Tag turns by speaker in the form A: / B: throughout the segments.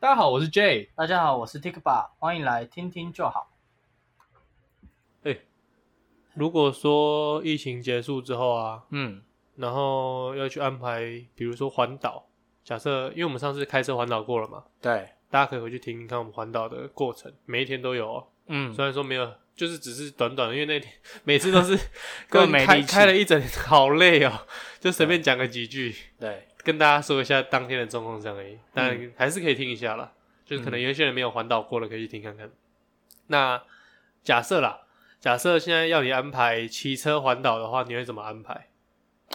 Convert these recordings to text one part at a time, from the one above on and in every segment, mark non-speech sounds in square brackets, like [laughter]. A: 大家好，我是 J。
B: 大家好，我是 Tikba，欢迎来听听就好。
C: 如果说疫情结束之后啊，
B: 嗯，
C: 然后要去安排，比如说环岛，假设因为我们上次开车环岛过了嘛，
B: 对，
C: 大家可以回去听听看我们环岛的过程，每一天都有、哦，
B: 嗯，
C: 虽然说没有，就是只是短短的，因为那天每
B: [laughs]
C: 次都是
B: 更
C: 跟
B: 没
C: 开
B: 力气
C: 开了一整天，好累哦，就随便讲个几句，
B: 对，
C: 跟大家说一下当天的状况这样而已，但还是可以听一下啦。就是可能有一些人没有环岛过的，可以去听看看。那假设啦，假设现在要你安排骑车环岛的话，你会怎么安排？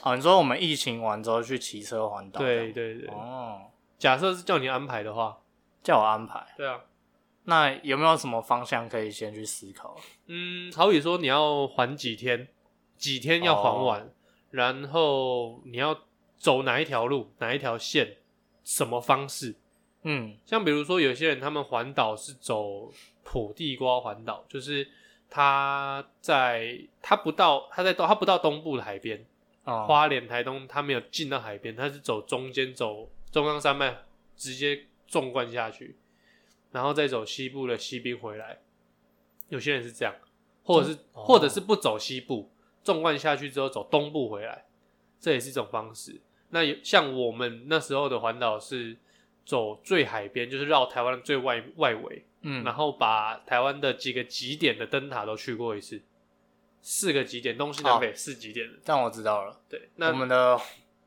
B: 哦，你说我们疫情完之后去骑车环岛，
C: 对，对对，
B: 哦，
C: 假设是叫你安排的话，
B: 叫我安排，
C: 对啊，
B: 那有没有什么方向可以先去思考？
C: 嗯，好比说你要还几天，几天要还完，然后你要走哪一条路，哪一条线，什么方式？
B: 嗯，
C: 像比如说有些人他们环岛是走普地瓜环岛，就是他在他不到他在东他不到东部的海边，
B: 哦，
C: 花莲、台东他没有进到海边，他是走中间走中央山脉直接纵贯下去，然后再走西部的西滨回来。有些人是这样，或者是、
B: 哦
C: 或者是不走西部，纵贯下去之后走东部回来，这也是一种方式。那有像我们那时候的环岛是走最海边，就是绕台湾的最外外围，
B: 嗯，
C: 然后把台湾的几个极点的灯塔都去过一次，四个极点，东西南北四极点的。
B: 这样我知道了。
C: 对，那
B: 我们的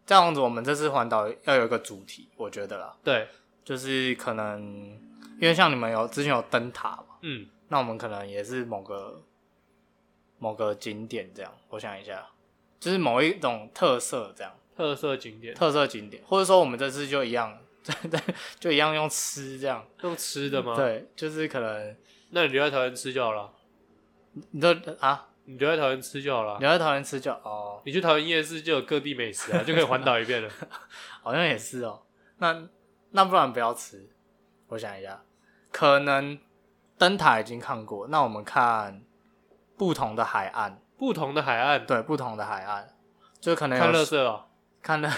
B: 这样子，我们这次环岛要有一个主题，我觉得啦，
C: 对，
B: 就是可能因为像你们有之前有灯塔嘛，
C: 嗯，
B: 那我们可能也是某个某个景点这样。我想一下，就是某一种特色这样，
C: 特色景点
B: 特色景点，或者说我们这次就一样，就一样用吃这样。
C: 用吃的吗？，
B: 对，就是可能
C: 那你留在桃园吃就好了，
B: 你都啊，
C: 你留在桃园吃就好了
B: 你。要在讨厌吃就哦，
C: 你去桃园夜市就有各地
B: [laughs]
C: 美食啊，就可以环岛一遍了。
B: 好像也是哦。那那不然不要吃，我想一下，可能灯塔已经看过，那我们看不同的海岸，
C: 不同的海岸
B: 对，不同的海岸，就可能有
C: 看乐色啊，
B: 看了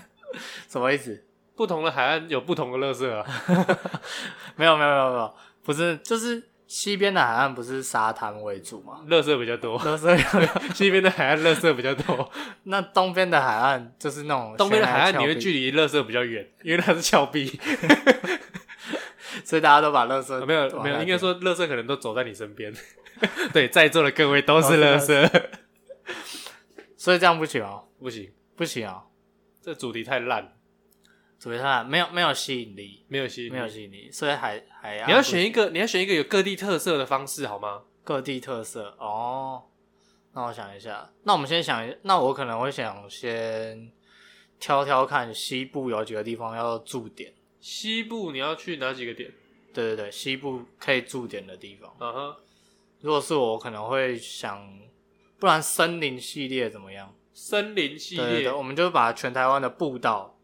B: [laughs] 什么意思？
C: 不同的海岸有不同的乐色啊。
B: [laughs] 没有没有没有没有，不是，就是西边的海岸不是沙滩为主嘛？
C: 乐色比较多，
B: 那所以
C: 西边的海岸乐色比较多。
B: [laughs] 那东边的海岸就是那种
C: 东边的
B: 悬
C: 海
B: 崖
C: 岸
B: 峭
C: 你会
B: 壁，
C: 距离乐色比较远，因为它是峭壁。
B: 所以大家都把乐色、
C: 啊没有没有，应该说乐色可能都走在你身边。 [laughs] 对，在座的各位都是乐
B: 都是
C: 色。
B: 所以这样不行哦，
C: [laughs] 不行，
B: 不行哦，
C: 这主题太烂，
B: 主题上没有没有吸引力，
C: 没有吸引力
B: 没有吸引力，所以海海岸
C: 你要
B: 不
C: 选一个，你要选一个有各地特色的方式，好吗？
B: 各地特色哦。那我想一下，那我们先想一，那我可能会想先挑挑看西部有几个地方要驻点，
C: 西部你要去哪几个点？
B: 对对对，西部可以驻点的地方。
C: 啊哈，
B: 如果是我，我可能会想，不然森林系列怎么样？
C: 森林系
B: 对对
C: 列
B: 对，，我们就把全台湾的步道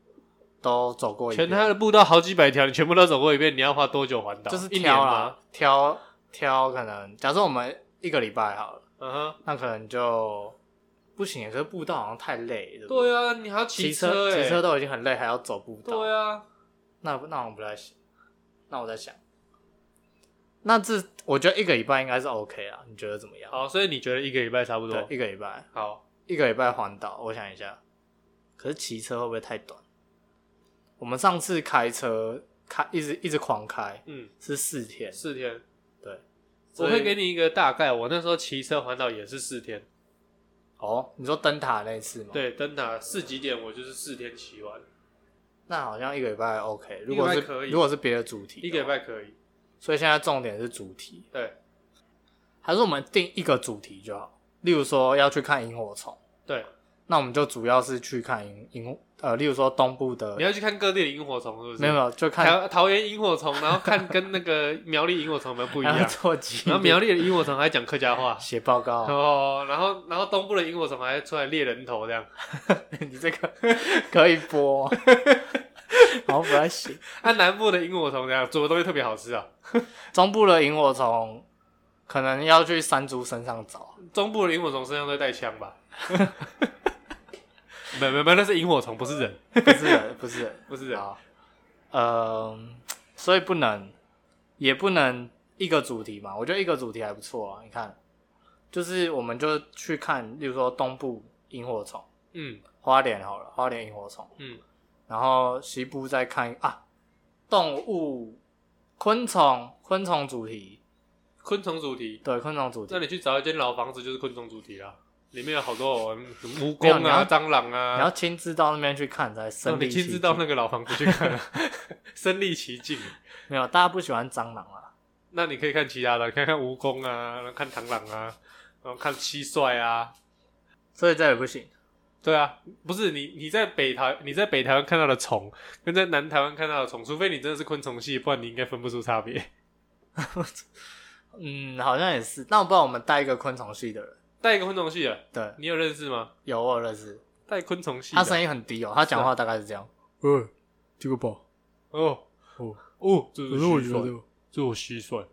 B: 都走过一遍，
C: 全它的步道好几百条，你全部都走过一遍，你要花多久环岛？
B: 就是
C: 一年
B: 挑啦
C: 吗？，
B: 挑挑可能，假设我们一个礼拜好了，
C: 嗯哼，
B: 那可能就不行，可是步道好像太累，对不对？
C: 对啊，你还要骑
B: 骑车
C: 哎，
B: 骑车都已经很累，还要走步道，
C: 对啊，
B: 那那我们不太行。那我在想，那这我觉得一个礼拜应该是 OK 啊，你觉得怎么样？
C: 好，所以你觉得一个礼拜差不
B: 对
C: 多，？
B: 一个礼拜，
C: 好，
B: 一个礼拜环岛，我想一下，可是骑车会不会太短？我们上次开车开一直一直狂开
C: 嗯，
B: 是四天，
C: 四天，
B: 对，
C: 我
B: 所以
C: 会给你一个大概。我那时候骑车环岛也是四天，
B: 哦，你说灯塔那一次吗？，
C: 对，灯塔四几点我就是四天骑
B: 哦
C: 完，
B: 那好像一个礼拜 OK。如果
C: 一个
B: 是
C: 礼拜可以
B: 如果是别的主题，
C: 一个礼，拜可以，
B: 所以现在重点是主题，
C: 对
B: 还是我们定一个主题就好？例如说要去看萤火虫，
C: 对，
B: 那我们就主要是去看萤萤火，呃，例如说东部的
C: 你，要去看各地的萤火虫是不是？
B: 没有没有，就看
C: 桃桃园萤火虫，然后看跟那个苗栗萤火虫有没有不一
B: [laughs]
C: 样
B: 还要。做记
C: [laughs] 然后
B: 录，
C: 苗栗的萤火虫还讲客家话
B: 写报告，啊
C: 哦，然后然后东部的萤火虫还出来猎人头这样。
B: [laughs] 你这个可以播， [laughs] 好不太行。
C: 啊，南部的萤火虫这样煮的东西特别好吃啊。
B: 中部的萤火虫可能要去山猪身上找，
C: 中部的萤火虫身上都带枪吧？没没没，那是萤火虫，不是人，
B: [laughs] 不是人，不是人，
C: 不是人。
B: 好，嗯、所以不能，也不能一个主题嘛。我觉得一个主题还不错啊。你看，就是我们就去看，例如说东部萤火虫，
C: 嗯
B: 花莲好了，花莲萤火虫，
C: 嗯
B: 然后西部再看啊，动物、昆虫、昆虫主题，
C: 昆虫主题，
B: 对，昆虫主题
C: 那。你去找一间老房子就是昆虫主题啦，里面有好多嗯蜈
B: 没有
C: 蚣
B: 你要
C: 啊、蟑螂
B: 你
C: 啊，
B: 要亲自到那边去看才身
C: 让
B: 临
C: 你
B: 其
C: 亲
B: 境。
C: 自到那个老房子去看，身临其境。
B: 没有，大家不喜欢蟑螂啊。
C: 那你可以看其他的，你看看蜈蚣啊，然后看螳螂啊，然后看蟋蟀啊。
B: 所以这也不行。
C: 对啊，不是你你在北台你在北台湾看到的虫，跟在南台湾看到的虫，除非你真的是昆虫系，不然你应该分不出差别。 [laughs]
B: 嗯，好像也是。那不然我们带一个昆虫系的人，
C: 带一个昆虫系的，
B: 对，
C: 你有认识吗？
B: 有我认识，
C: 带昆虫系的，啊
B: 他声音很低哦，他讲话大概是这样。
C: 嗯，
B: 这个吧，
C: 哦
B: 哦
C: 哦，这是蟋蟀，
B: 得，
C: 这是蟋蟀。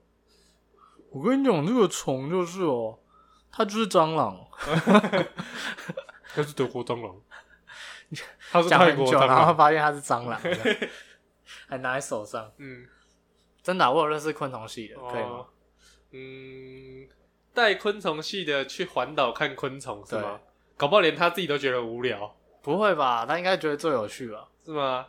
B: 我跟你讲，这个虫就是哦，它就是蟑螂，
C: 那是德国蟑螂，他
B: [laughs]
C: 是
B: 讲
C: [laughs] 泰
B: 很
C: 国
B: 久，
C: 蟑
B: 然后
C: 螂。
B: 发现它是蟑
C: [laughs]
B: 螂，这样还拿在手上。
C: 嗯，
B: 真的啊、我有认识昆虫系的，可以吗？
C: 哦？嗯，带昆虫系的去环岛看昆虫是吗？搞不好连他自己都觉得无聊
B: 不会吧？他应该觉得最有趣吧？
C: 是吗？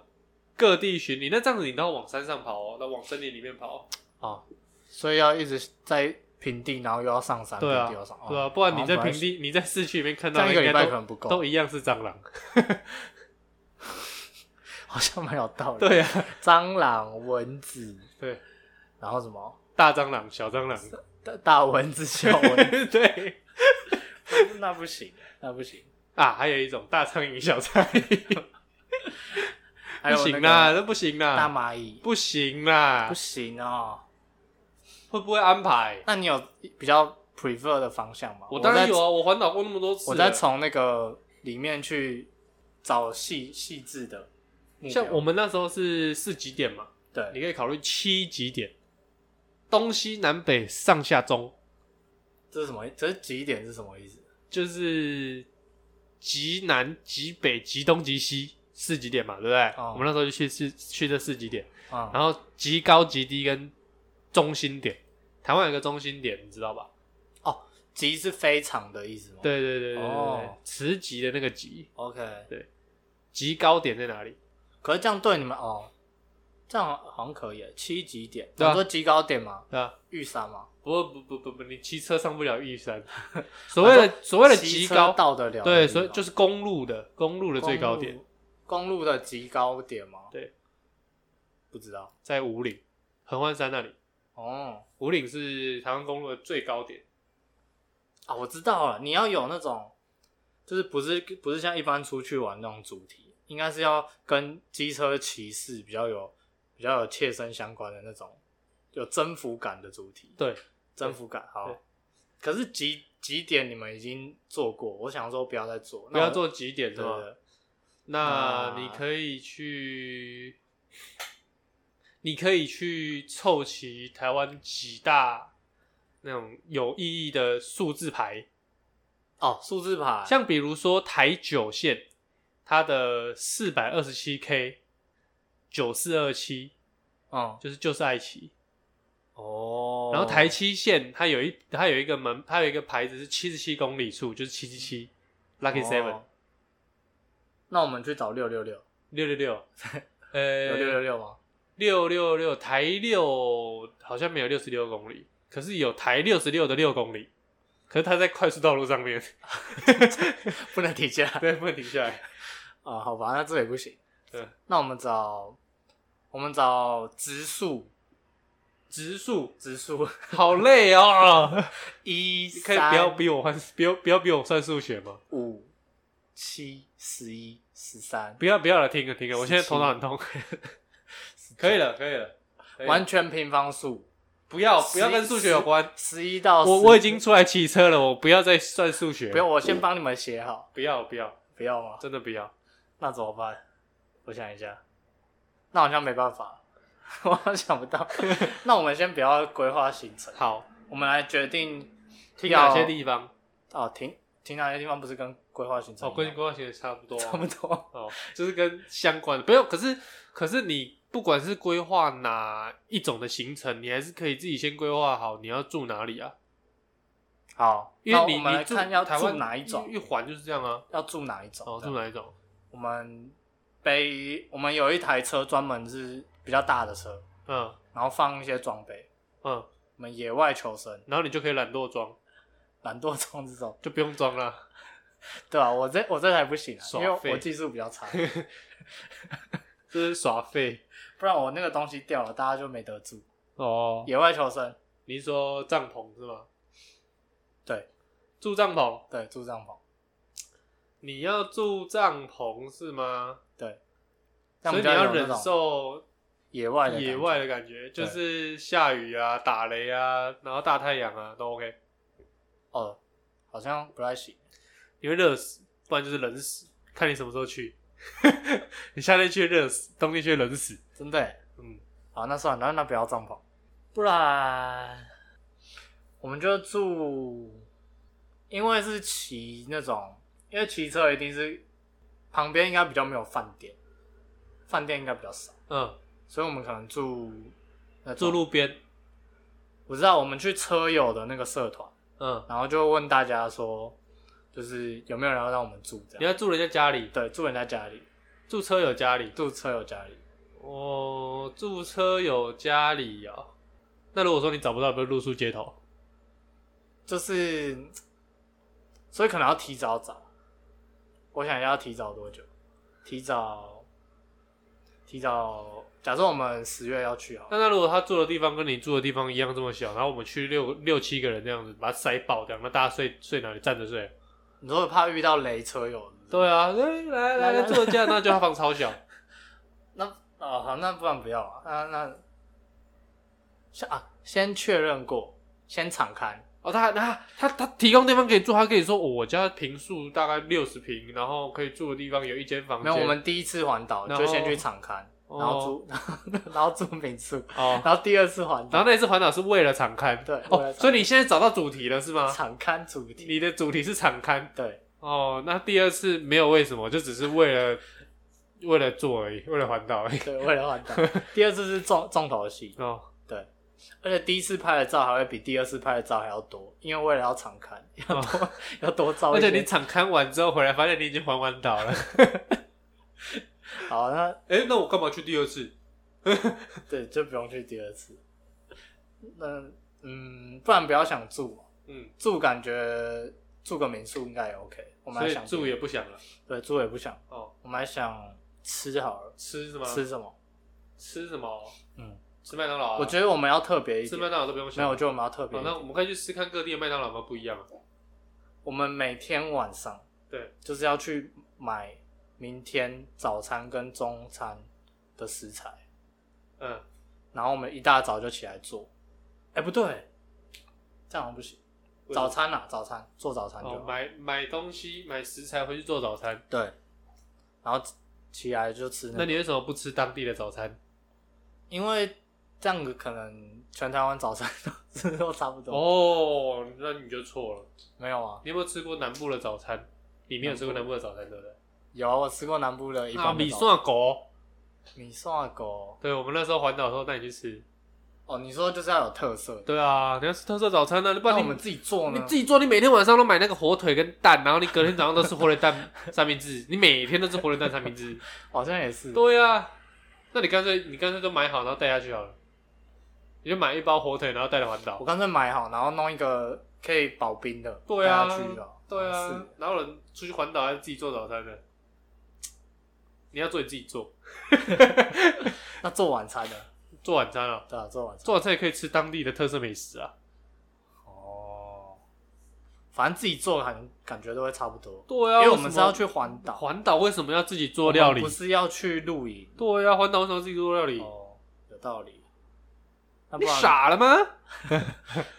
C: 各地巡礼，那这样子你都要往山上跑哦，那往森林里面跑，
B: 哦，所以要一直在平地，然后又要上山，
C: 对啊
B: 平地又要上，，哦
C: 对啊，不然你在
B: 好像不太
C: 平地，你在市区里面看
B: 这
C: 到
B: 样
C: 的
B: 一个
C: 应
B: 礼拜
C: 该
B: 可
C: 都
B: 能不够，
C: 都一样是蟑螂。
B: [laughs] 好像蛮有道理。
C: [laughs] 对啊，
B: 蟑螂、蚊子，
C: [laughs] 对，
B: 然后什么
C: 大蟑螂、小蟑螂，
B: 大大蚊子、 [laughs] 小
C: [laughs]
B: 蚊
C: 对
B: 子，那不行，那不行。
C: 啊，还有一种大苍蝇、小苍
B: [laughs]
C: 蝇，
B: 还
C: 不
B: 有
C: 行啊
B: 那
C: 啦，
B: 个
C: 这不行
B: 大
C: 啦，
B: 蚂蚁
C: 不行啦
B: 不，行哦。
C: 会不会安排？
B: 那你有比较 prefer 的方向吗？
C: 我当然
B: 在
C: 有，啊，我环岛过那么多次了。
B: 我在从那个里面去找细细致的目标。
C: 像我们那时候是四级点嘛，
B: 对
C: 你可以考虑七级点，东西南北上下中，
B: 这是什么？这几点是什么意思？
C: 就是极南、极北、极东、极西四级点嘛，对不对？
B: 哦
C: 我们那时候就去四去这四级点，
B: 啊、
C: 然后极高、极低跟中心点，台湾有个中心点，你知道吧？
B: 哦极是非常的意思吗？
C: 对对对对对对
B: 哦，
C: 磁极的那个极，
B: ，OK。
C: 极高点在哪里？
B: 可是这样对你们哦，这样好像可以七级点，
C: 对啊
B: 你说极高点嘛，
C: 对吧？
B: 玉山嘛，
C: 不不不不不，你骑车上不了
B: [laughs]
C: 玉山。所谓的所谓的
B: 骑
C: 极
B: 车
C: 高，
B: 到得了的地方，
C: 对，所以就是公路的公路的最高点
B: 公路，公路的极高点吗？
C: 对，
B: 不知道
C: 在五岭合欢山那里，
B: 哦
C: 五岭是台湾公路的最高点。
B: 啊，我知道了，你要有那种，就是不是不是像一般出去玩那种主题，应该是要跟机车骑士比较有比较有切身相关的那种有征服感的主题，
C: 对，
B: 征服感
C: 对
B: 好。可是几几点你们已经做过，我想说不要再做，
C: 不要
B: 那我
C: 做极点是
B: 对
C: 吗？
B: 对
C: 那
B: 那
C: 你可以去，你可以去凑齐台湾几大那种有意义的数字牌，
B: 哦，数字牌
C: 像比如说台九线，它的四百二十七 K 九四二七
B: 嗯
C: 就是就是爱奇，
B: 哦，
C: 然后台七线它有一它有一个门，它有一个牌子是七十七公里处，就是七七七 Lucky Seven
B: 哦那我们去找六六六，
C: 六六六，
B: [laughs] 有六
C: 呃
B: 六六吗？ [laughs]
C: 六六六台六好像没有六十六公里，可是有台六十六的六公里，可是它在快速道路上
B: [laughs]
C: 面，
B: 不能提价啊、
C: 对，不能停下来，
B: 好吧，那这也不行。
C: 对，
B: 那我们找我们找植树
C: 直速
B: 植树
C: 好累
B: [laughs]
C: 哦。
B: 一
C: 可以不要
B: 三
C: 逼我换，不要不要逼我算数学吗？
B: 五七十一十三，
C: 不要不要了，停了停了，我现在
B: 17
C: 头脑很痛。可以了，可以了，可以了
B: 完全平方数，
C: 不要
B: 11
C: 哦不要跟数学有关。
B: 十一到
C: 我
B: 10
C: 我已经出来骑车了，我不要再算数学。
B: 不用，我先帮你们写好，
C: 不要不要，
B: 不要吗？
C: 真的不要。
B: 那怎么办？我想一下，那好像没办法， [laughs] 我好像想不
C: [laughs]
B: 到。那我们先不要规划行程，
C: 好，
B: 我们来决定
C: 停
B: 要
C: 哪些地方？
B: 哦，停停哪些地方不是跟规划行程
C: 哦，
B: 一样
C: 跟规划行程差不多啊。
B: 差不多。
C: 哦，就是跟相关的，不用。可是可是你不管是规划哪一种的行程，你还是可以自己先规划好你要住哪里啊。
B: 好，
C: 因为
B: 那
C: 你
B: 我们来
C: 你住
B: 看要
C: 台
B: 住
C: 湾
B: 哪一种，
C: 一环就是这样啊。
B: 要住哪一种。
C: 哦，
B: 对
C: 住哪一种？
B: 我们背我们有一台车专门是比较大的车，
C: 嗯
B: 然后放一些装备。
C: 嗯，
B: 我们野外求生，
C: 然后你就可以懒惰装，
B: 懒惰装这种，
C: 就不用装了。
B: 对啊，我这我这台不行啊，因
C: 耍
B: 为
C: 废
B: 我技术比较差，
C: [laughs] 这是耍废
B: 不然我那个东西掉了，大家就没得住。
C: 哦。
B: 野外求生，
C: 你是说帐篷是吗？
B: 对
C: 住帐篷，
B: 对，住帐篷，
C: 你要住帐篷是吗？
B: 对，这样
C: 所以
B: 比较
C: 你
B: 有
C: 要
B: 那
C: 忍
B: 种
C: 受
B: 野外的感觉
C: 野外的感觉，就是下雨啊、打雷啊，然后大太阳啊，都 OK。
B: 哦，好像不太行。
C: 你会热死，不然就是冷死，看你什么时候去。 [laughs] 你夏天去热死，冬天去冷死。
B: 真的耶。欸
C: 嗯，
B: 好，那算了，那那不要帐篷，不然我们就住，因为是骑那种，因为骑车一定是旁边应该比较没有饭店，饭店应该比较少，
C: 嗯，
B: 所以我们可能住那种
C: 住。路边，
B: 我知道我们去车友的那个社团，
C: 嗯，
B: 然后就问大家说，就是有没有人要让我们住这
C: 你
B: 样？
C: 要住人家家里，
B: 对，住人家家里，
C: 住车友家里。
B: 住车友家里，
C: 哦，住车友家里啊、那如果说你找不到，不是露宿街头？
B: 就是，所以可能要提早找。我想一下要提早多久？提早，提早。假设我们十月要去好了，
C: 那那如果他住的地方跟你住的地方一样这么小，然后我们去六六七个人这样子把它塞爆掉，那大家睡睡哪里？站着睡？
B: 你说怕遇到雷车友是不是
C: 对啊，哎来来来
B: 来
C: 坐下，那就他房超小。
B: 那哦好，那不然不要啊。那那先啊，先确认过，先敞开。
C: 哦，他他他他提供地方可以住，他可以说、哦我家平数大概六十平，然后可以住的地方有一间房
B: 没
C: 间。
B: 有，我们第一次环岛
C: 然
B: 就
C: 后
B: 先去敞开，然后住，然后住 [laughs] 民宿，
C: 哦，
B: 然后第二次环
C: 然
B: 岛
C: 后那一次环岛是为了场刊，
B: 对为
C: 哦，
B: 了场刊
C: 所以你现在找到主题了是吗？
B: 敞开主题。
C: 你的主题是场刊
B: 对，
C: 哦，那第二次没有为什么，就只是为了为了做而已，为了环岛而已
B: 对，为了环岛。第二次是重重头戏，
C: 哦。
B: 对，而且第一次拍的照还会比第二次拍的照还要多，因为为了要常看，要多、要多照
C: 哦而
B: 一些。
C: 且你场刊完之后回来，发现你已经环完岛
B: [laughs]
C: 了。
B: 好，那
C: 哎、那我干嘛去第二次？
B: 对就不用去第二次。那嗯，不然不要想住嘛，
C: 嗯，
B: 住感觉住个民宿应该也 OK。我们
C: 所
B: 还
C: 以
B: 想
C: 住也不想了。
B: 对住也不想，
C: 哦，
B: 我们还想吃好了，
C: 吃什么？
B: 吃什么？
C: 吃什么？
B: 嗯，
C: 吃麦当劳、啊。
B: 我觉得我们要特别一
C: 吃
B: 点，
C: 麦当劳都不用
B: 没
C: 想。
B: 有，我觉得我们要特别
C: 好，
B: 一
C: 那
B: 点。
C: 我们可以去试看各地的麦当劳有没有不一样啊。
B: 我们每天晚上
C: 对，
B: 就是要去买明天早餐跟中餐的食材。
C: 嗯，
B: 然后我们一大早就起来做。哎、不对，这样好像不行。
C: 为什么
B: 早餐啊，早餐做早餐就
C: 哦，
B: 好、
C: 买买东西，买食材回去做早餐。
B: 对，然后起来就吃
C: 那
B: 那个，
C: 你为什么不吃当地的早餐？
B: 因为这样子可能全台湾早餐都吃都差不多。
C: 哦，那你就错了。
B: 没有啊，
C: 你有没有吃过南部的早餐？你没有吃过南部的早餐，对不对？
B: 有啊我吃过南部的一般的
C: 啊，米
B: 早
C: 蒜狗。
B: 米蒜狗
C: 对，我们那时候环岛的时候带你去吃。
B: 哦，你说就是要有特色的，
C: 对啊，你要吃特色早餐呢、啊，不
B: 那
C: 然
B: 我
C: 你
B: 们自己做
C: 你
B: 呢
C: 自？己做，你每天晚上都买那个火腿跟蛋，然后你隔天早上都吃火腿蛋三明治，你每天都吃火腿蛋三明治。
B: 好像也是。
C: 对啊，那你干脆你干脆都买好，然后带下去好了。你就买一包火腿，然后带来环岛
B: 我。干脆买好，然后弄一个可以保冰的，
C: 对啊
B: 带下去的，
C: 对
B: 是
C: 啊，哪有人出去环岛还是自己做早餐的？你要做你自己做，
B: 那做晚餐的，
C: 做晚餐啊，
B: 对啊，做晚餐。
C: 做晚餐也可以吃当地的特色美食啊。
B: 哦，反正自己做感感觉都会差不多，
C: 对
B: 因
C: 啊，
B: 为我们是要
C: 为什
B: 去环
C: 么
B: 岛
C: 环岛，为什么要自己做料
B: 我们
C: 理
B: 不？是要去露营。
C: 对啊，环岛为什么要自己做料理？
B: 哦，有道理。那不
C: 你
B: 然
C: 傻了吗？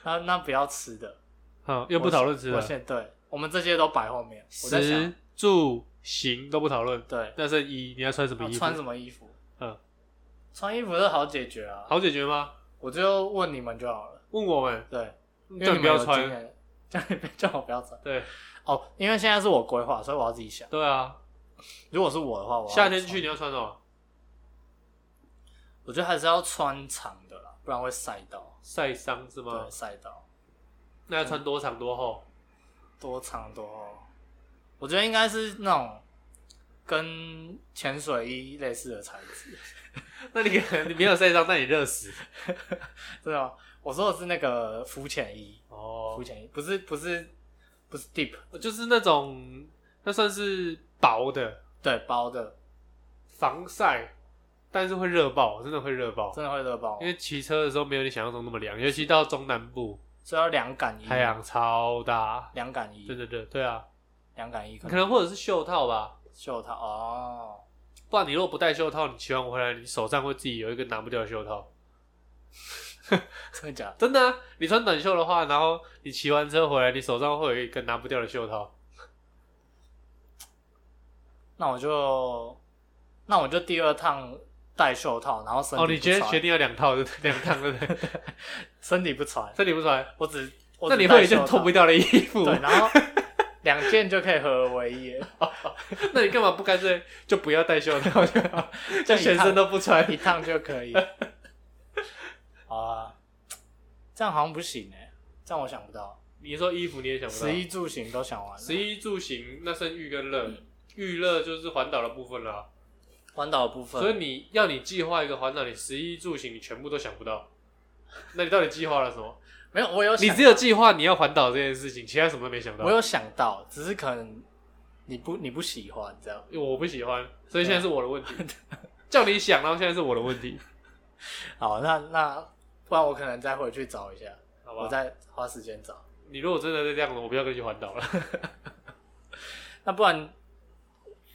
B: 那那不要吃的，
C: 好，又不讨论吃
B: 我
C: 了。
B: 现对，我们这些都摆后面。我在想
C: 食，住行都不讨论，
B: 对，
C: 但是一你要穿什么
B: 要
C: 衣服？
B: 哦穿什么衣服？
C: 嗯，
B: 穿衣服是好解决啊。
C: 好解决吗？
B: 我就问你们就好了。
C: 问我们，
B: 对，因
C: 叫
B: 为你
C: 你不
B: 们
C: 要
B: 有经
C: 穿。
B: 验，叫你别 [laughs] 叫我不要穿。
C: 对
B: 哦，因为现在是我规划，所以我要自己想。
C: 对啊，
B: 如果是我的话，我要
C: 夏天
B: 穿
C: 去你要穿什么？
B: 我觉得还是要穿长的啦，不然会晒到。
C: 晒伤是吗
B: 对，？晒到
C: 那要穿多长多厚？ [laughs]
B: 多长多厚？我觉得应该是那种跟潜水衣类似的材质， [laughs]
C: 那你可能你没有晒伤，那你热死。
B: 真的吗？啊我说的是那个浮潜衣，
C: 哦
B: 浮，潜衣不是不是不是 deep，
C: 就是那种那算是薄的
B: 对，包的，
C: 防晒，但是会热爆，真的会热爆。
B: 真的会热爆
C: 因，为骑车的时候没有你想象中那么凉，尤其到中南部，
B: 所以要凉感衣，
C: 太阳超大，
B: 凉感衣
C: 真，的热。对啊，
B: 凉感衣可
C: 可
B: 能
C: 能或者是袖套吧，
B: 袖套哦， [laughs]
C: 不然你如果不戴袖套，你骑完回来，你手上会自己有一个拿不掉的袖套。
B: 真的假的？
C: 真的、啊，你穿短袖的话，然后你骑完车回来，你手上会有一个拿不掉的袖套。
B: 那我就那我就第二趟戴袖套，然后身体
C: 哦，你
B: 不
C: 觉得
B: 穿
C: 决定有两套，对不对两趟对不
B: [laughs]
C: 对？
B: 身体不穿，
C: 身体不穿，
B: 我只我
C: 那
B: 只
C: 你会有一
B: 戴
C: 件
B: 袖套
C: 脱不掉的衣服。
B: 对，然后两件就可以合而为一了，
C: [laughs] 那你干嘛不干脆就不要戴袖套就好， [laughs] 就全身都不穿？
B: 一趟就可以。好啊，这样好像不行哎、这样我想不到，
C: 你说衣服你也想不到
B: 食。衣住行都想完了，
C: 十一住行，那剩娱跟乐，娱乐就是环岛的部分啦。
B: 环岛的部分，
C: 所以你要你计划一个环岛，你十一住行你全部都想不到，那你到底计划了什么？
B: 没有我有
C: 你
B: 想
C: 只有计划你要环岛这件事情，其他什么都没想到
B: 我。有想到，只是可能你不你不喜欢这样。
C: 我不喜欢，
B: 啊
C: 所以现在是我的问题。叫你想，然后现在是我的问题，
B: 好，那那不然我可能再回去找一下，
C: 好啊
B: 我
C: 吧？
B: 再花时间找。
C: 你如果真的是这样子，我不要跟你环岛了。
B: 那不然，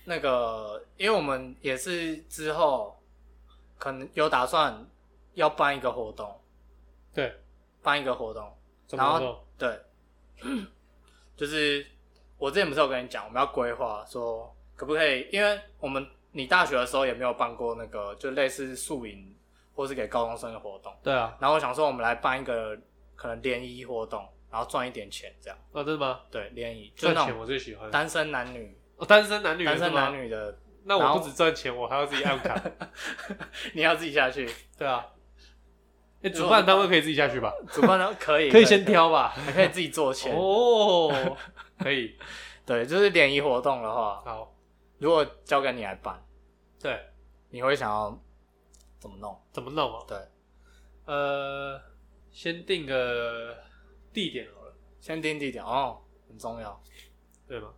B: 那个，因为我们也是之后可能有打算要办一个活动，
C: 对，
B: 办一个活动，
C: 怎么说？
B: 对， [clears throat] 就是我之前不是有跟你讲，我们要规划说可不可以，因为我们你大学的时候也没有办过那个就类似宿营或是给高中生的活动，
C: 对啊，
B: 然后我想说我们来办一个可能联谊活动，然后赚一点钱这样，
C: 啊，真的吗？
B: 对，联谊就
C: 赚
B: 那
C: 钱
B: 种
C: 我最喜欢。
B: 单身男女。
C: 哦，单身男女，
B: 单身男
C: 女，
B: 女的，
C: 那
B: 然
C: 我
B: 后
C: 不止赚钱，我还要自己按卡。
B: 你要自己下去， [laughs]
C: 对啊，哎、主办单位可以自己下去吧？
B: 主办方可以，
C: 可以先，挑吧？
B: 还可以自己做钱。
C: 哦，可以，
B: 对，就是联谊活动的话，
C: 好，
B: 如果交给你来办，
C: 对，
B: 你会想要怎么弄？
C: 怎么弄啊？
B: 对，
C: 呃，先定个地点好了，
B: 先定地点哦，很重要。
C: 对吗？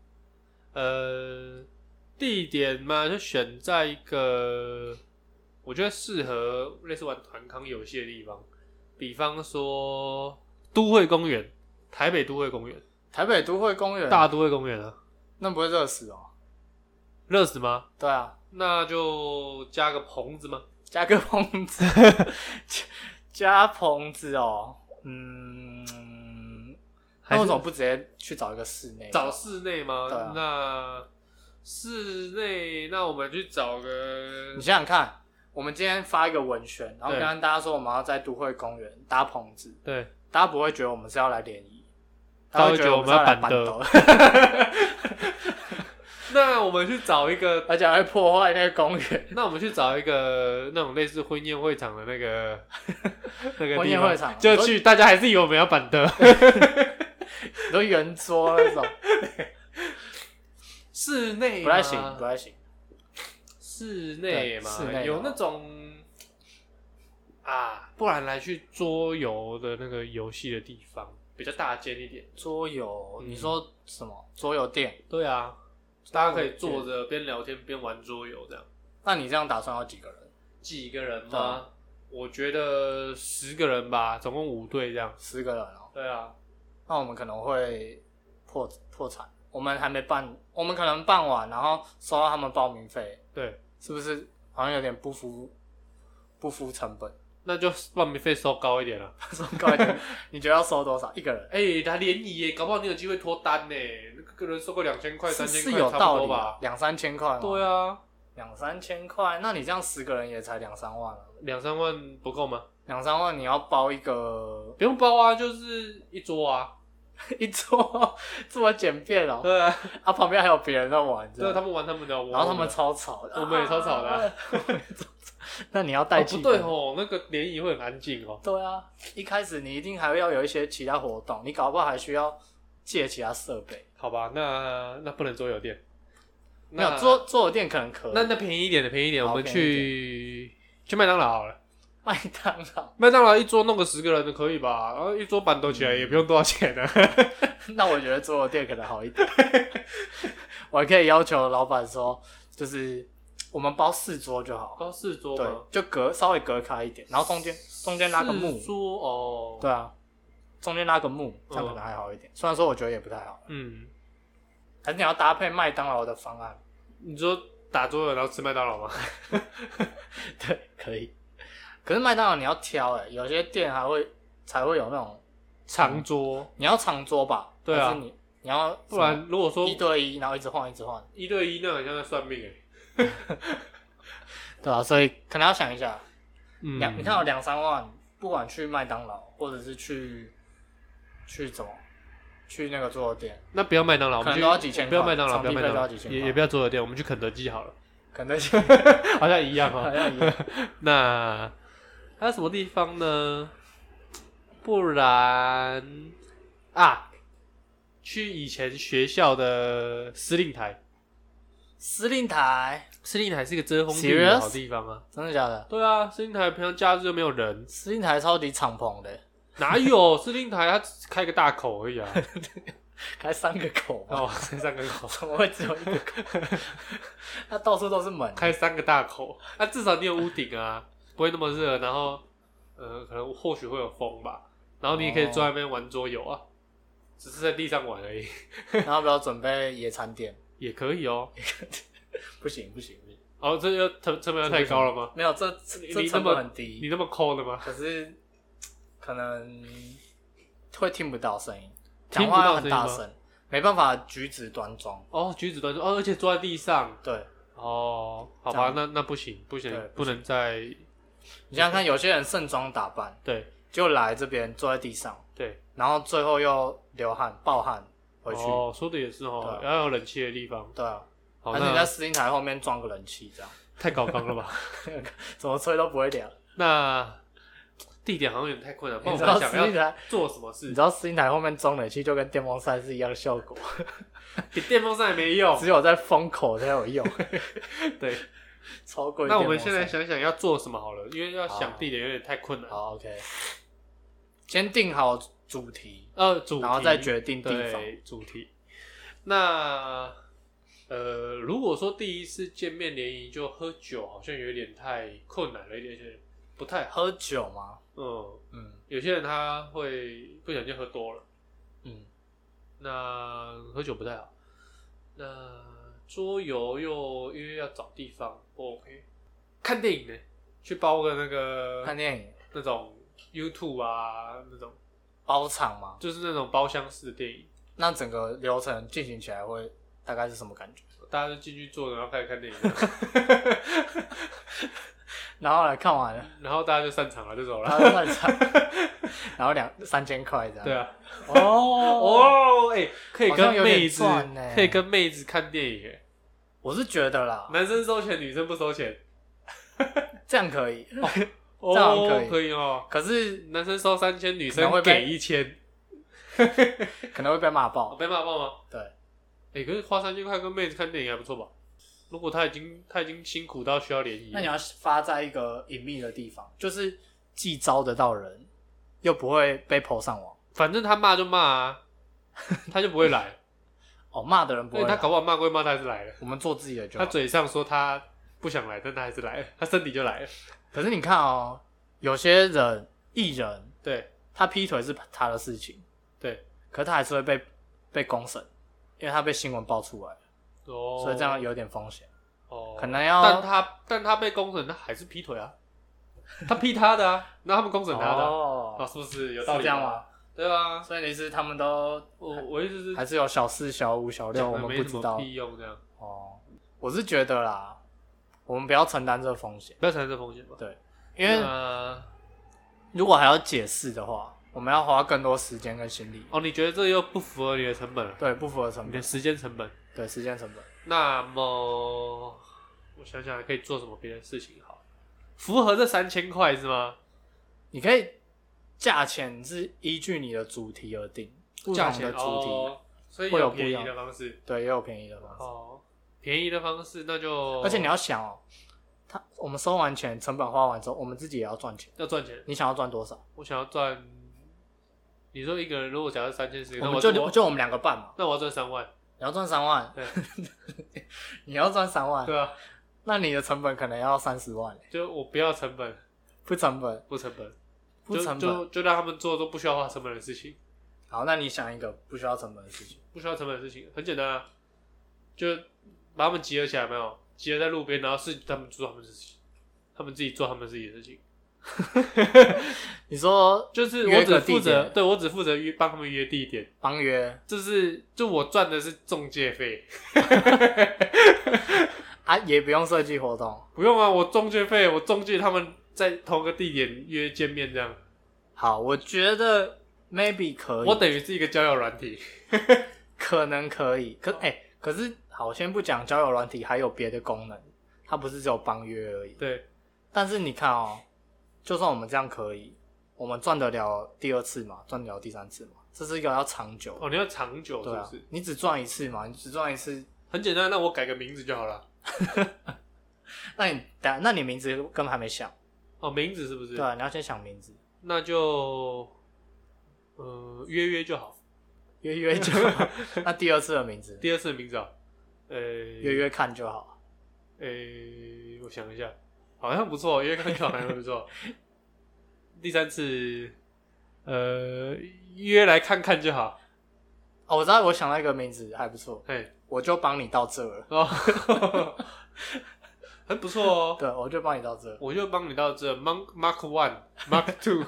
C: 呃，地点嘛，就选在一个我觉得适合类似玩团康游戏的地方，比方说都会公园，台北都会公园，
B: 台北都会公园，
C: 大都会公园啊，
B: 那不会热死哦？
C: 热死吗？
B: 对啊，
C: 那就加个棚子吗？
B: 加个棚
C: [laughs]
B: 子，加棚子哦，嗯，
C: 还
B: 那
C: 是
B: 为什么不直接去找一个室内？
C: 找室内吗？
B: 对啊
C: 那室内，那我们去找个
B: 你想想看，我们今天发一个文宣，然后
C: 对
B: 跟大家说我们要在都会公园搭棚子，
C: 对，
B: 大家不会觉得我们是要来联谊，
C: 大家
B: 会
C: 会
B: 觉得
C: 觉得
B: 我
C: 我
B: 们
C: 们
B: 是要
C: 要
B: 来
C: 来
B: 板
C: 板
B: 斗
C: 斗，那我们去找一个，
B: 而且还会破坏那个公园。
C: [laughs] 那我们去找一个那种类似婚宴会场的那 [laughs] 个那个地方
B: 婚宴会场
C: 就去，大家还是以为我们要板凳。
B: 很多圆桌那 [laughs] 种，
C: [laughs] 室内
B: 不太行，
C: 吗
B: 不太行。
C: 室
B: 对
C: 内嘛，
B: 室内
C: 有
B: 嘛
C: 那种啊，不然来去桌游的那个游戏的地方，比较大间一点。
B: 桌游，
C: 嗯
B: 你说什么？桌游店？
C: 对啊，大家可以坐着边聊天边玩桌游这样。
B: 那你这样打算要几个人？
C: 几个人
B: 对
C: 吗
B: 啊？
C: 我觉得十个人吧，总共五队这样。
B: 十个人哦。
C: 对啊，
B: 那我们可能会破破产。我们还没办，我们可能办完，然后收到他们报名费，
C: 对，
B: 是不是好像有点不符不符成本？ [laughs]
C: 那就报名费收高一点啊了。
B: 收高一点，你觉得要收多少一个人？
C: 哎、他联谊耶，搞不好你有机会脱单呢。那个人收个两千块、
B: 是
C: 三
B: 是
C: 千
B: 有
C: 块，差
B: 道
C: 不
B: 理
C: 多
B: 啊
C: 吧，？
B: 两三千块吗？
C: 对啊，
B: 两三千块， [laughs] 那你这样十个人也才两三万了。
C: 两三万不够吗？
B: 两三万你要包一个 [laughs]
C: 不用包啊，就是一桌啊。
B: 一桌， [laughs] 这么简便哦、
C: 对啊，
B: 啊，旁边还有别人在玩，这
C: 对啊，
B: 样
C: 他们玩他们的，我
B: 然后他们
C: 玩
B: 超吵的，
C: 我们也超吵的
B: [laughs]
C: 啊
B: 啊我们也超吵 [laughs] 那你要带
C: 不
B: 气、
C: 对。哦，那个联谊会很安静哦。
B: 对啊，一开始你一定还会要有一些其他活动，你搞不好还需要借其他设备。
C: 好吧，那那不能桌游店，
B: 没有桌桌游店可能可以，
C: 那那便宜一点的便宜一点，
B: 好
C: 我们
B: 便宜
C: 去去麦当劳好了。
B: 麦当劳， [laughs]
C: 麦当劳一桌弄个十个人的可以吧？然后一桌板斗起来也不用多少钱的、
B: 那我觉得桌游店可能好一点。 [laughs] 我还可以要求老板说，就是我们包四桌就好，
C: 高四桌
B: 对？，就隔稍微隔开一点，然后中间中间拉个幕
C: 四，桌哦。
B: 对啊，中间拉个幕，这样可能还好一点。虽然说我觉得也不太好，
C: 嗯，
B: 还是你要搭配麦当劳的方案。
C: 你说打桌游然后吃麦当劳吗？
B: [laughs] 对，可以。可是麦当劳你要挑哎、有些店还会才会有那种，
C: 长桌，
B: 你要长桌吧？
C: 对啊
B: 还是你你要
C: 不然如果
B: 嗯什么
C: 说
B: 一对一，然后一直换一直换，
C: 一对一，那很像在算命哎、
B: 对啊，所以可能要想一下，
C: 嗯
B: 两、你看有两三万，不管去麦当劳或者是去去怎么去那个桌游店，
C: 那不要麦当劳，我们
B: 可能
C: 去
B: 都要几千
C: 不要麦当劳，
B: 块
C: 不要麦当
B: 场地费都
C: 劳
B: 要几，千块
C: 也也不要桌游店，我们去肯德基好了， [laughs]
B: 可能是
C: 好像一样
B: 好
C: 哦。 [laughs]
B: 像也
C: 那还有什么地方呢？不然啊，去以前学校的司令台，
B: 司令台，
C: 司令台是一个遮风避雨的
B: Serious？
C: 好地方啊。
B: 真的假的？
C: 对啊，司令台平常假日又没有人，
B: 司令台超级敞篷的， [laughs]
C: 哪有司令台？它只开个大口而已啊。 [laughs]
B: 开三个口吧，
C: 哦，开三个口，
B: [laughs] 怎么会只有一个口？ [laughs] 它到处都是门，
C: 开三个大口，那、至少你有屋顶啊，不会那么热。然后，呃，可能或许会有风吧。然后你也可以坐在那边玩桌游啊，只是在地上玩而已， [laughs]
B: 然后不要准备野餐垫，
C: 也可以哦。
B: 不行不行不行，
C: 哦，这要成成本要太高了吗？
B: 没有这这
C: 你
B: 这
C: 你
B: 成
C: 那么
B: 本很低，
C: 你那么抠的吗？
B: 可是可能会听不到声音，
C: 听
B: 讲
C: 不
B: 话
C: 到
B: 要很大
C: 声音吗
B: 声，没办法举止端庄。
C: 哦，举止端庄哦，而且坐在地上
B: 对
C: 哦，好
B: 这
C: 吧，
B: 样
C: 那那不行不行
B: 对，
C: 不能再
B: 你想想看，有些人盛装打扮，
C: 对
B: 就来这边坐在地上，
C: 对
B: 然后最后又流汗暴汗回去。
C: 哦，说的也是哦，要有冷气的地方。
B: 对啊，
C: 好，
B: 而且你在
C: 那
B: 司令台后面装个冷气，这样
C: 太搞纲了吧？
B: [laughs] 怎么吹都不会凉。那
C: 地点好像有点太困难，帮
B: 你
C: 我
B: 知
C: 们
B: 道
C: 想
B: 司令
C: 要
B: 台，
C: 做什么
B: 你
C: 事
B: 知？道司令台后面装冷气就跟电风扇是一样的效
C: [laughs]
B: 果，
C: 比电风扇也没用。
B: 只有在风口才有用， [laughs]
C: 对，
B: 超贵。
C: 那我们现在想想要做什么好了，因为要想
B: 好
C: 地点有点太困难。
B: 好 OK，先定好主题，
C: 呃，主题
B: 然后再决定地方。
C: 对主题。那呃，如果说第一次见面联谊就喝酒，好像有点太困难了一点，而且不太好。
B: 喝酒吗？
C: 嗯，
B: 嗯
C: 有些人他会不小心喝多了，
B: 嗯，
C: 那喝酒不太好。那桌游又因为要找地方不 OK，看电影呢，去包个那
B: 看
C: 个
B: 电影
C: 那种 YouTube 啊，那种
B: 包场吗？
C: 就是那种包厢式的电影。
B: 那整个流程进行起来会大概是什么感觉？
C: 大家就进去坐着，然后开始看电影，
B: 然后来看完
C: [laughs]
B: 了，
C: [laughs] 然后大家就散场了，就走
B: 然 [laughs]
C: 了。
B: 后乱唱，然后两三千块这样。
C: 对，啊，
B: 哦哦，
C: 哦，哎、可以
B: 好像
C: 跟
B: 有点
C: 妹子
B: 赚欸，哦
C: 可以跟妹子看电影欸，
B: 我是觉得啦，
C: 男生收钱，女生不收钱，
B: 这样可以，
C: 哦
B: 这样可以
C: 可以哦。
B: 可是
C: 男生收三千，女
B: 可
C: 生
B: 能会被
C: 给一千，
B: 可能会被骂
C: 哦
B: 爆。
C: 被骂爆吗？
B: 对，
C: 哎、可是花三千块跟妹子看电影还不错吧？如果他已经他已经辛苦到需要联谊
B: 那，你要发在一个隐秘的地方，就是既招得到人，又不会被泼上网。
C: 反正他骂就骂啊， [laughs] 他就不会来，
B: 哦，骂的 [laughs] 人不
C: 因为
B: 会啊
C: 他
B: 来，
C: 搞不好骂归骂，他还是来了。
B: 我们做自己的就
C: 他
B: 好。
C: 嘴上说他不想来，但他还是来了，他身体就来了。
B: 可是你看哦，有些人艺人
C: 对
B: 他劈腿是他的事情，
C: 对，
B: 可他还是会被被公审，因为他被新闻爆出来了，
C: 哦，
B: 所以这样有点风险，
C: 哦，
B: 可能要
C: 但他但他被公审，他还是劈腿啊，他劈他的啊，那他们公审他的啊，啊
B: 哦，
C: 是不是有
B: 是
C: 道理
B: 这样？吗？
C: 对啊，
B: 所以你是他们都
C: 我我意思是
B: 还是有小四、小五、小六，
C: 讲
B: 我
C: 的
B: 们
C: 没
B: 不
C: 什
B: 知
C: 么
B: 道
C: 屁用，这样
B: 哦。我是觉得啦，我们不要承担这个风险，
C: 不要承担这风险吧，
B: 对，因
C: 啊
B: 为
C: 那
B: 如果还要解释的话，我们要花更多时间跟心力，
C: 哦，你觉得这又不符合你的成本了，
B: 对，不符合成
C: 你的
B: 本，
C: 时间成本。
B: 对，时间成本。
C: 那么我想想还可以做什么别的事情好？符合这三千块是吗？
B: 你可以价钱是依据你的主题而定，不
C: 价
B: 同
C: 钱
B: 的主题，
C: 哦，所以
B: 会有
C: 有
B: 不一
C: 便
B: 样
C: 宜的方式
B: 对，也有便宜的方式。
C: 哦，便宜的方式那就
B: 而且你要想哦，他我们收完钱，成本花完之后，我们自己也要赚钱。
C: 要赚钱，
B: 你想要赚多少？
C: 我想要赚，你说一个人如果假设三千四，
B: 我
C: 那
B: 们
C: 我
B: 就
C: 我
B: 就我们两个办嘛。
C: 那我要赚三万，
B: 你要赚三万
C: 对，
B: [laughs] 你要赚三万，
C: 对啊，
B: 那你的成本可能要三十万，
C: 就我不要成本，
B: 不成本，
C: 不成本，
B: 不成
C: 就
B: 本。
C: 就就让他们做都不需要花成本的事情，
B: 好，那你想一个不需要成本的事情，
C: 不需要成本的事情，很简单啊，就把他们集合起来，有没有集合在路边，然后是他们做他们自己，他们自己做他们自己的事情，
B: 你说
C: 就是
B: 约
C: 我
B: 一个
C: 只负
B: 地
C: 责，
B: 点
C: 对我只负责约帮他们约地点，
B: 帮约
C: 就是就我赚的是中介费，
B: 啊，也不用设计活动。
C: 不用啊，我中介费，我中介他们在同个地点约见面这样。
B: 好，我觉得 maybe 可以，
C: 我等于是一个交友软体，
B: 可能可以，可哎、可是好，先不讲交友软体还有别的功能，它不是只有帮约而已。
C: 对，
B: 但是你看哦，就算我们这样可以，我们赚得了第二次嘛，赚得了第三次嘛，这是一个要长久的，
C: 哦，你要长久是
B: 对啊
C: 不是？，
B: 你只赚一次嘛，你只赚一次，
C: 很简单，那我改个名字就好了。
B: 那你等，那你名字根本还没想，
C: 哦，名字是不是？
B: 对啊，你要先想名字，
C: 那就，呃，约约就好。
B: 约约就
C: [laughs]
B: 好，那第二次的名字
C: 第二次的名字啊，呃，
B: 约约看就好，
C: 呃，我想一下，好像不错，约看就好像不错。 [laughs] 第三次，呃，约来看看就好。
B: 哦，我知道，我想到一个名字还不错，
C: 嘿，
B: 我就帮你到这了，
C: 哦， [laughs] 很不错哦。
B: 对，我就帮你到这，
C: 我就帮你到这，Mark Mark One、Mark [laughs] Two，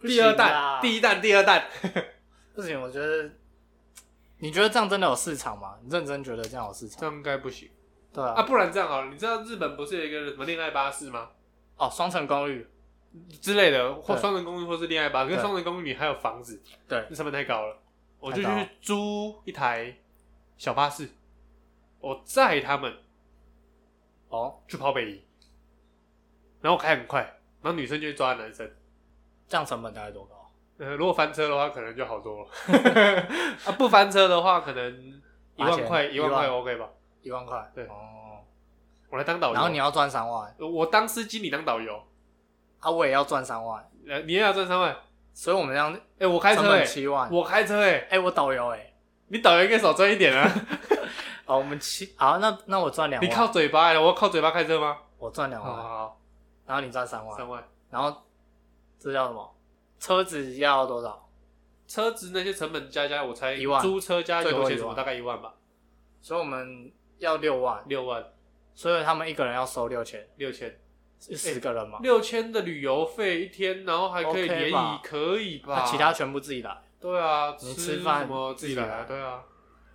C: 第二弹、第
B: 一
C: 一弹、第二弹。
B: 啊不行，我觉得。你觉得这样真的有市场吗？你认真觉得这样有市
C: 这
B: 场？
C: 样应该不行
B: 对啊，
C: 啊！不然这样好了，你知道日本不是有一个什么恋爱巴士吗？
B: 哦，双层公寓，
C: 之类的，或
B: 对
C: 双人公寓，或是恋爱巴士。跟
B: 对
C: 双人公寓你还有房子，
B: 对
C: 那成本太高了，我就
B: 太高
C: 去租一台小巴士，我载他们
B: 哦，
C: 去跑北移，然后我开很快，然后女生就会抓男生。
B: 这样成本大概多高？
C: 呃，如果翻车的话，可能就
B: [laughs]
C: 好多了。啊，不翻车的话，可能一
B: 八
C: 万
B: 千
C: 块，一万
B: 一万
C: 块 OK 吧？
B: 一万块，
C: 对
B: 哦，
C: 我来当导游，呃
B: 然后你要赚三万，
C: 我当司机，你当导游，
B: 啊，我也要赚三万，
C: 呃，你也要赚三万。
B: 所以我们这样
C: 哎、我开
B: 成
C: 车哎、
B: 本七万，
C: 我开车哎、
B: 哎、我导游哎、
C: 你导游应该少赚一点啊！
B: 哦，我们七，好，那那 [laughs] 我赚两
C: 你
B: 万，
C: 靠嘴巴、欸，我靠嘴巴开车吗？
B: 我赚两
C: 好
B: 万，
C: 好
B: 然后你赚三
C: 好，
B: 万，
C: 三万。
B: 然后这叫什么？车子要多少？
C: 车子那些成本加加，我才
B: 一万
C: 租车加
B: 最多
C: 油钱
B: 一
C: 什么
B: 万
C: 大概一万吧，
B: 所以我们要六万，
C: 六万
B: 所以他们一个人要收六千，
C: 六千，
B: 是十个人嘛？
C: 六千的旅游费一天，然后还可以
B: OK
C: 联谊
B: 吧
C: 可以吧？
B: 那其他全部自己来，
C: 对啊，
B: 你吃
C: 吃
B: 饭
C: 什么自己来啊？
B: 自
C: 对啊，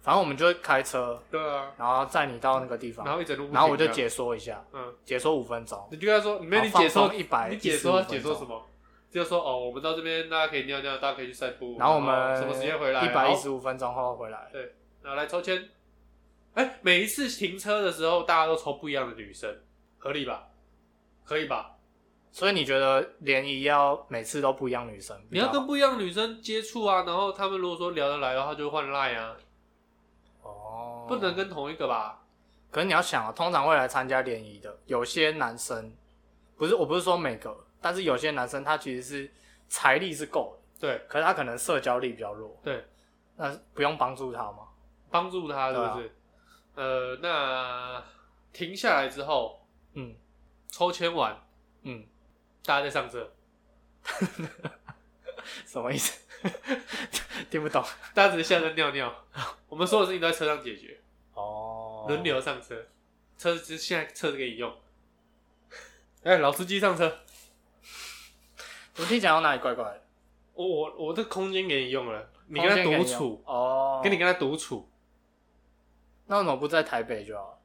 B: 反正我们就会开车，
C: 对啊，
B: 然后载你到那个地方，
C: 然后一整路不
B: 然后我就
C: 停这样
B: 解说一下，
C: 嗯，
B: 解说五分钟，
C: 你就跟他说，你没有你
B: 然后
C: 解
B: 放
C: 说
B: 松一百，
C: 你解说解说什？么？就说哦，我们到这边大家可以尿尿，大家可以去散步，
B: 然后我们
C: 什么时间回来？
B: 一百一十
C: 好，
B: 五分钟后回来，
C: 然后来抽签。哎、每一次停车的时候，大家都抽不一样的女生，合理吧？可以吧？
B: 所以你觉得联谊要每次都不一样女生？
C: 你要
B: 比较
C: 跟不一样的女生接触啊，然后他们如果说聊得来的话，就换 line 啊，
B: 哦，
C: 不能。跟同一个吧？
B: 可是你要想啊，通常会来参加联谊的，有些男生不是，我不是说每个，但是有些男生他其实是财力是够
C: 对
B: 的，，可是他可能社交力比较弱。
C: 对，
B: 那不用帮助他吗？
C: 帮助他是不是？呃，那停下来之后
B: 嗯
C: 抽签完，
B: 嗯，
C: 大家再上车，
B: 什么意思？ [laughs] 听不懂。
C: 大家只是下车尿 [laughs] 尿，我们所有事情都在车上解决。
B: 哦
C: 轮。流上车，车子现在车子给你用。哎、老司机上车，
B: 我听讲到哪里怪怪的？
C: 我我我这空间给你用了，你跟他
B: 空间给
C: 独
B: 你
C: 处，
B: 哦，
C: 跟你跟他独处，
B: 那为什么不在台北就好了？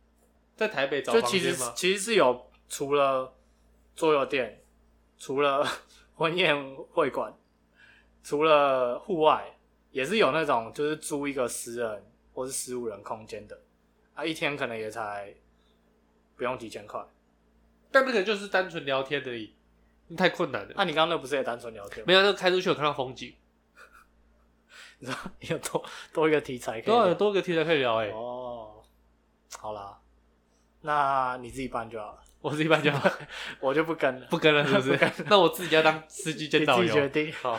C: 在台北找
B: 就
C: 房
B: 其
C: 间
B: 实
C: 吗？
B: 其实是有除了桌游店，除了 [laughs] 婚宴会馆，除了户外，也是有那种就是租一个十人或是十五人空间的，啊，一天可能也才不用几千块，
C: 但那个就是单纯聊天而已，太困难了。
B: 啊那、你刚刚那不是也单纯聊天吗？ [laughs]
C: 没有，那个开出去有看到风景，
B: 你知道有多啊多一个题材可以
C: 多
B: 聊
C: 少有多个题材可以聊哎、
B: 哦，好啦，那你自己办就好了，
C: 我是一般就
B: [laughs] 我就不跟
C: [laughs]
B: 了，
C: 不跟了，是不
B: 不跟
C: 是？那我自己要当司机兼
B: 你
C: 导
B: 自己决
C: 游。
B: 定。 [laughs]
C: 好，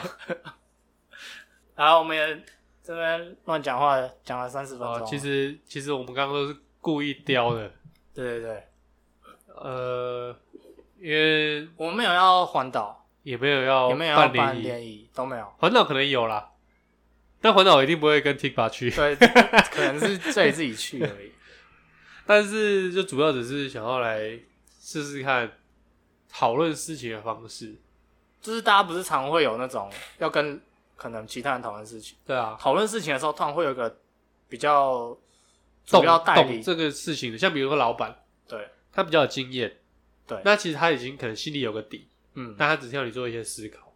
B: 然后我们也这边乱讲话，讲了三十分钟、
C: 哦，其实其实我们刚刚都是故意刁的，
B: 对对对，
C: 呃，因为
B: 我们没有要环岛，
C: 也没有要
B: 也没有要办
C: 哦联谊，
B: 联谊，都没有。
C: 环岛可能有啦，但环岛一定不会跟 Tikba 去，
B: 对， [laughs] 可能是这里自己去而
C: [laughs]
B: 已。
C: 但是就主要只是想要来试试看讨论事情的方式。
B: 就是大家不是常会有那种要跟可能其他人讨论事情，
C: 对啊，
B: 讨论事情的时候，突然会有一个比较主
C: 懂
B: 要代
C: 懂
B: 理，
C: 这个事情的，像比如说老板，
B: 对
C: 他比较有经验，
B: 对
C: 那其实他已经可能心里有个底，
B: 嗯
C: 但他只是要你做一些思考。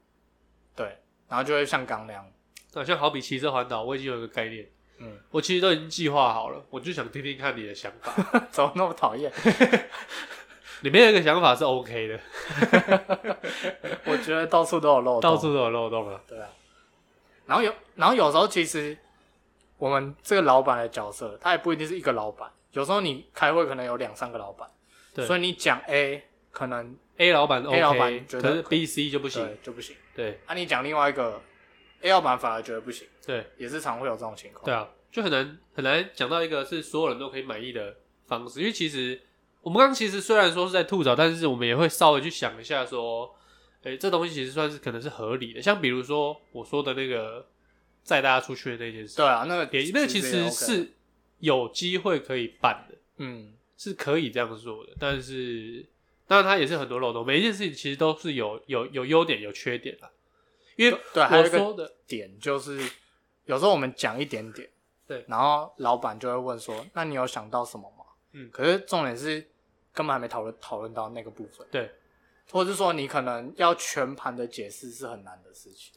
B: 对，然后就会像刚那样，
C: 那像好比骑车环岛，我已经有一个概念，
B: 嗯，
C: 我其实都已经计划好了，我就想听听看你的想法。
B: [laughs]
C: [laughs]
B: 怎么那么讨厌？
C: 里面有一个想法是 OK 的，
B: 我觉得到处都有漏洞，
C: 到处都有漏洞啊。
B: 对啊。然后有，然后有时候其实我们这个老板的角色，他也不一定是一个老板，有时候你开会可能有两三个老板，
C: 对
B: 所以你讲 A 可能
C: A 老板 OK，
B: A 老板觉得
C: 可是 B、C 就不
B: 不
C: 行。
B: 就不行，
C: 对
B: 啊，你讲另外一个 A 老板反而觉得不行，
C: 对
B: 也是常会有这种情况。
C: 对啊，就很难很难讲到一个是所有人都可以满意的方式，因为其实我们刚刚其实虽然说是在吐槽，但是我们也会稍微去想一下说，诶、这东西其实算是可能是合理的。像比如说我说的那个载大家出去的那件事，
B: 对啊，那个
C: 也那个其
B: 也
C: 实
B: OK
C: 是有机会可以办的。
B: 嗯，
C: 是可以这样做的，但是当然它也是很多漏洞，每一件事情其实都是有有有优点有缺点啦。因为
B: 对，还有
C: 我
B: 一
C: 说
B: 个
C: 的
B: 点就是，有时候我们讲一点点，
C: 对
B: 然后老板就会问说：“那你有想到什么吗？”
C: 嗯
B: 可是重点是根本还没讨论讨论到那个部分，
C: 对，
B: 或者是说你可能要全盘的解释是很难的事情。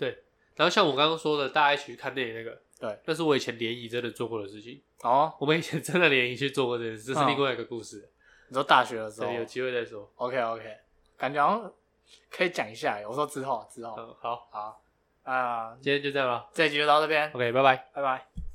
C: 然后像我刚刚说的，大家一起去看电影那个，
B: 对，
C: 那是我以前联谊真的做过的事情。
B: 哦，
C: 我们以前真的联谊去做过这件事，这是
B: 嗯
C: 另外一个故事，
B: 你说大学的时候
C: 对，有机会再说。
B: ，OK OK，感觉好像可以讲一下。我说之后之后，
C: 嗯，好，
B: 好啊、
C: 今天就这样了
B: 这一集就到这边，
C: ，OK，拜拜。
B: 拜拜。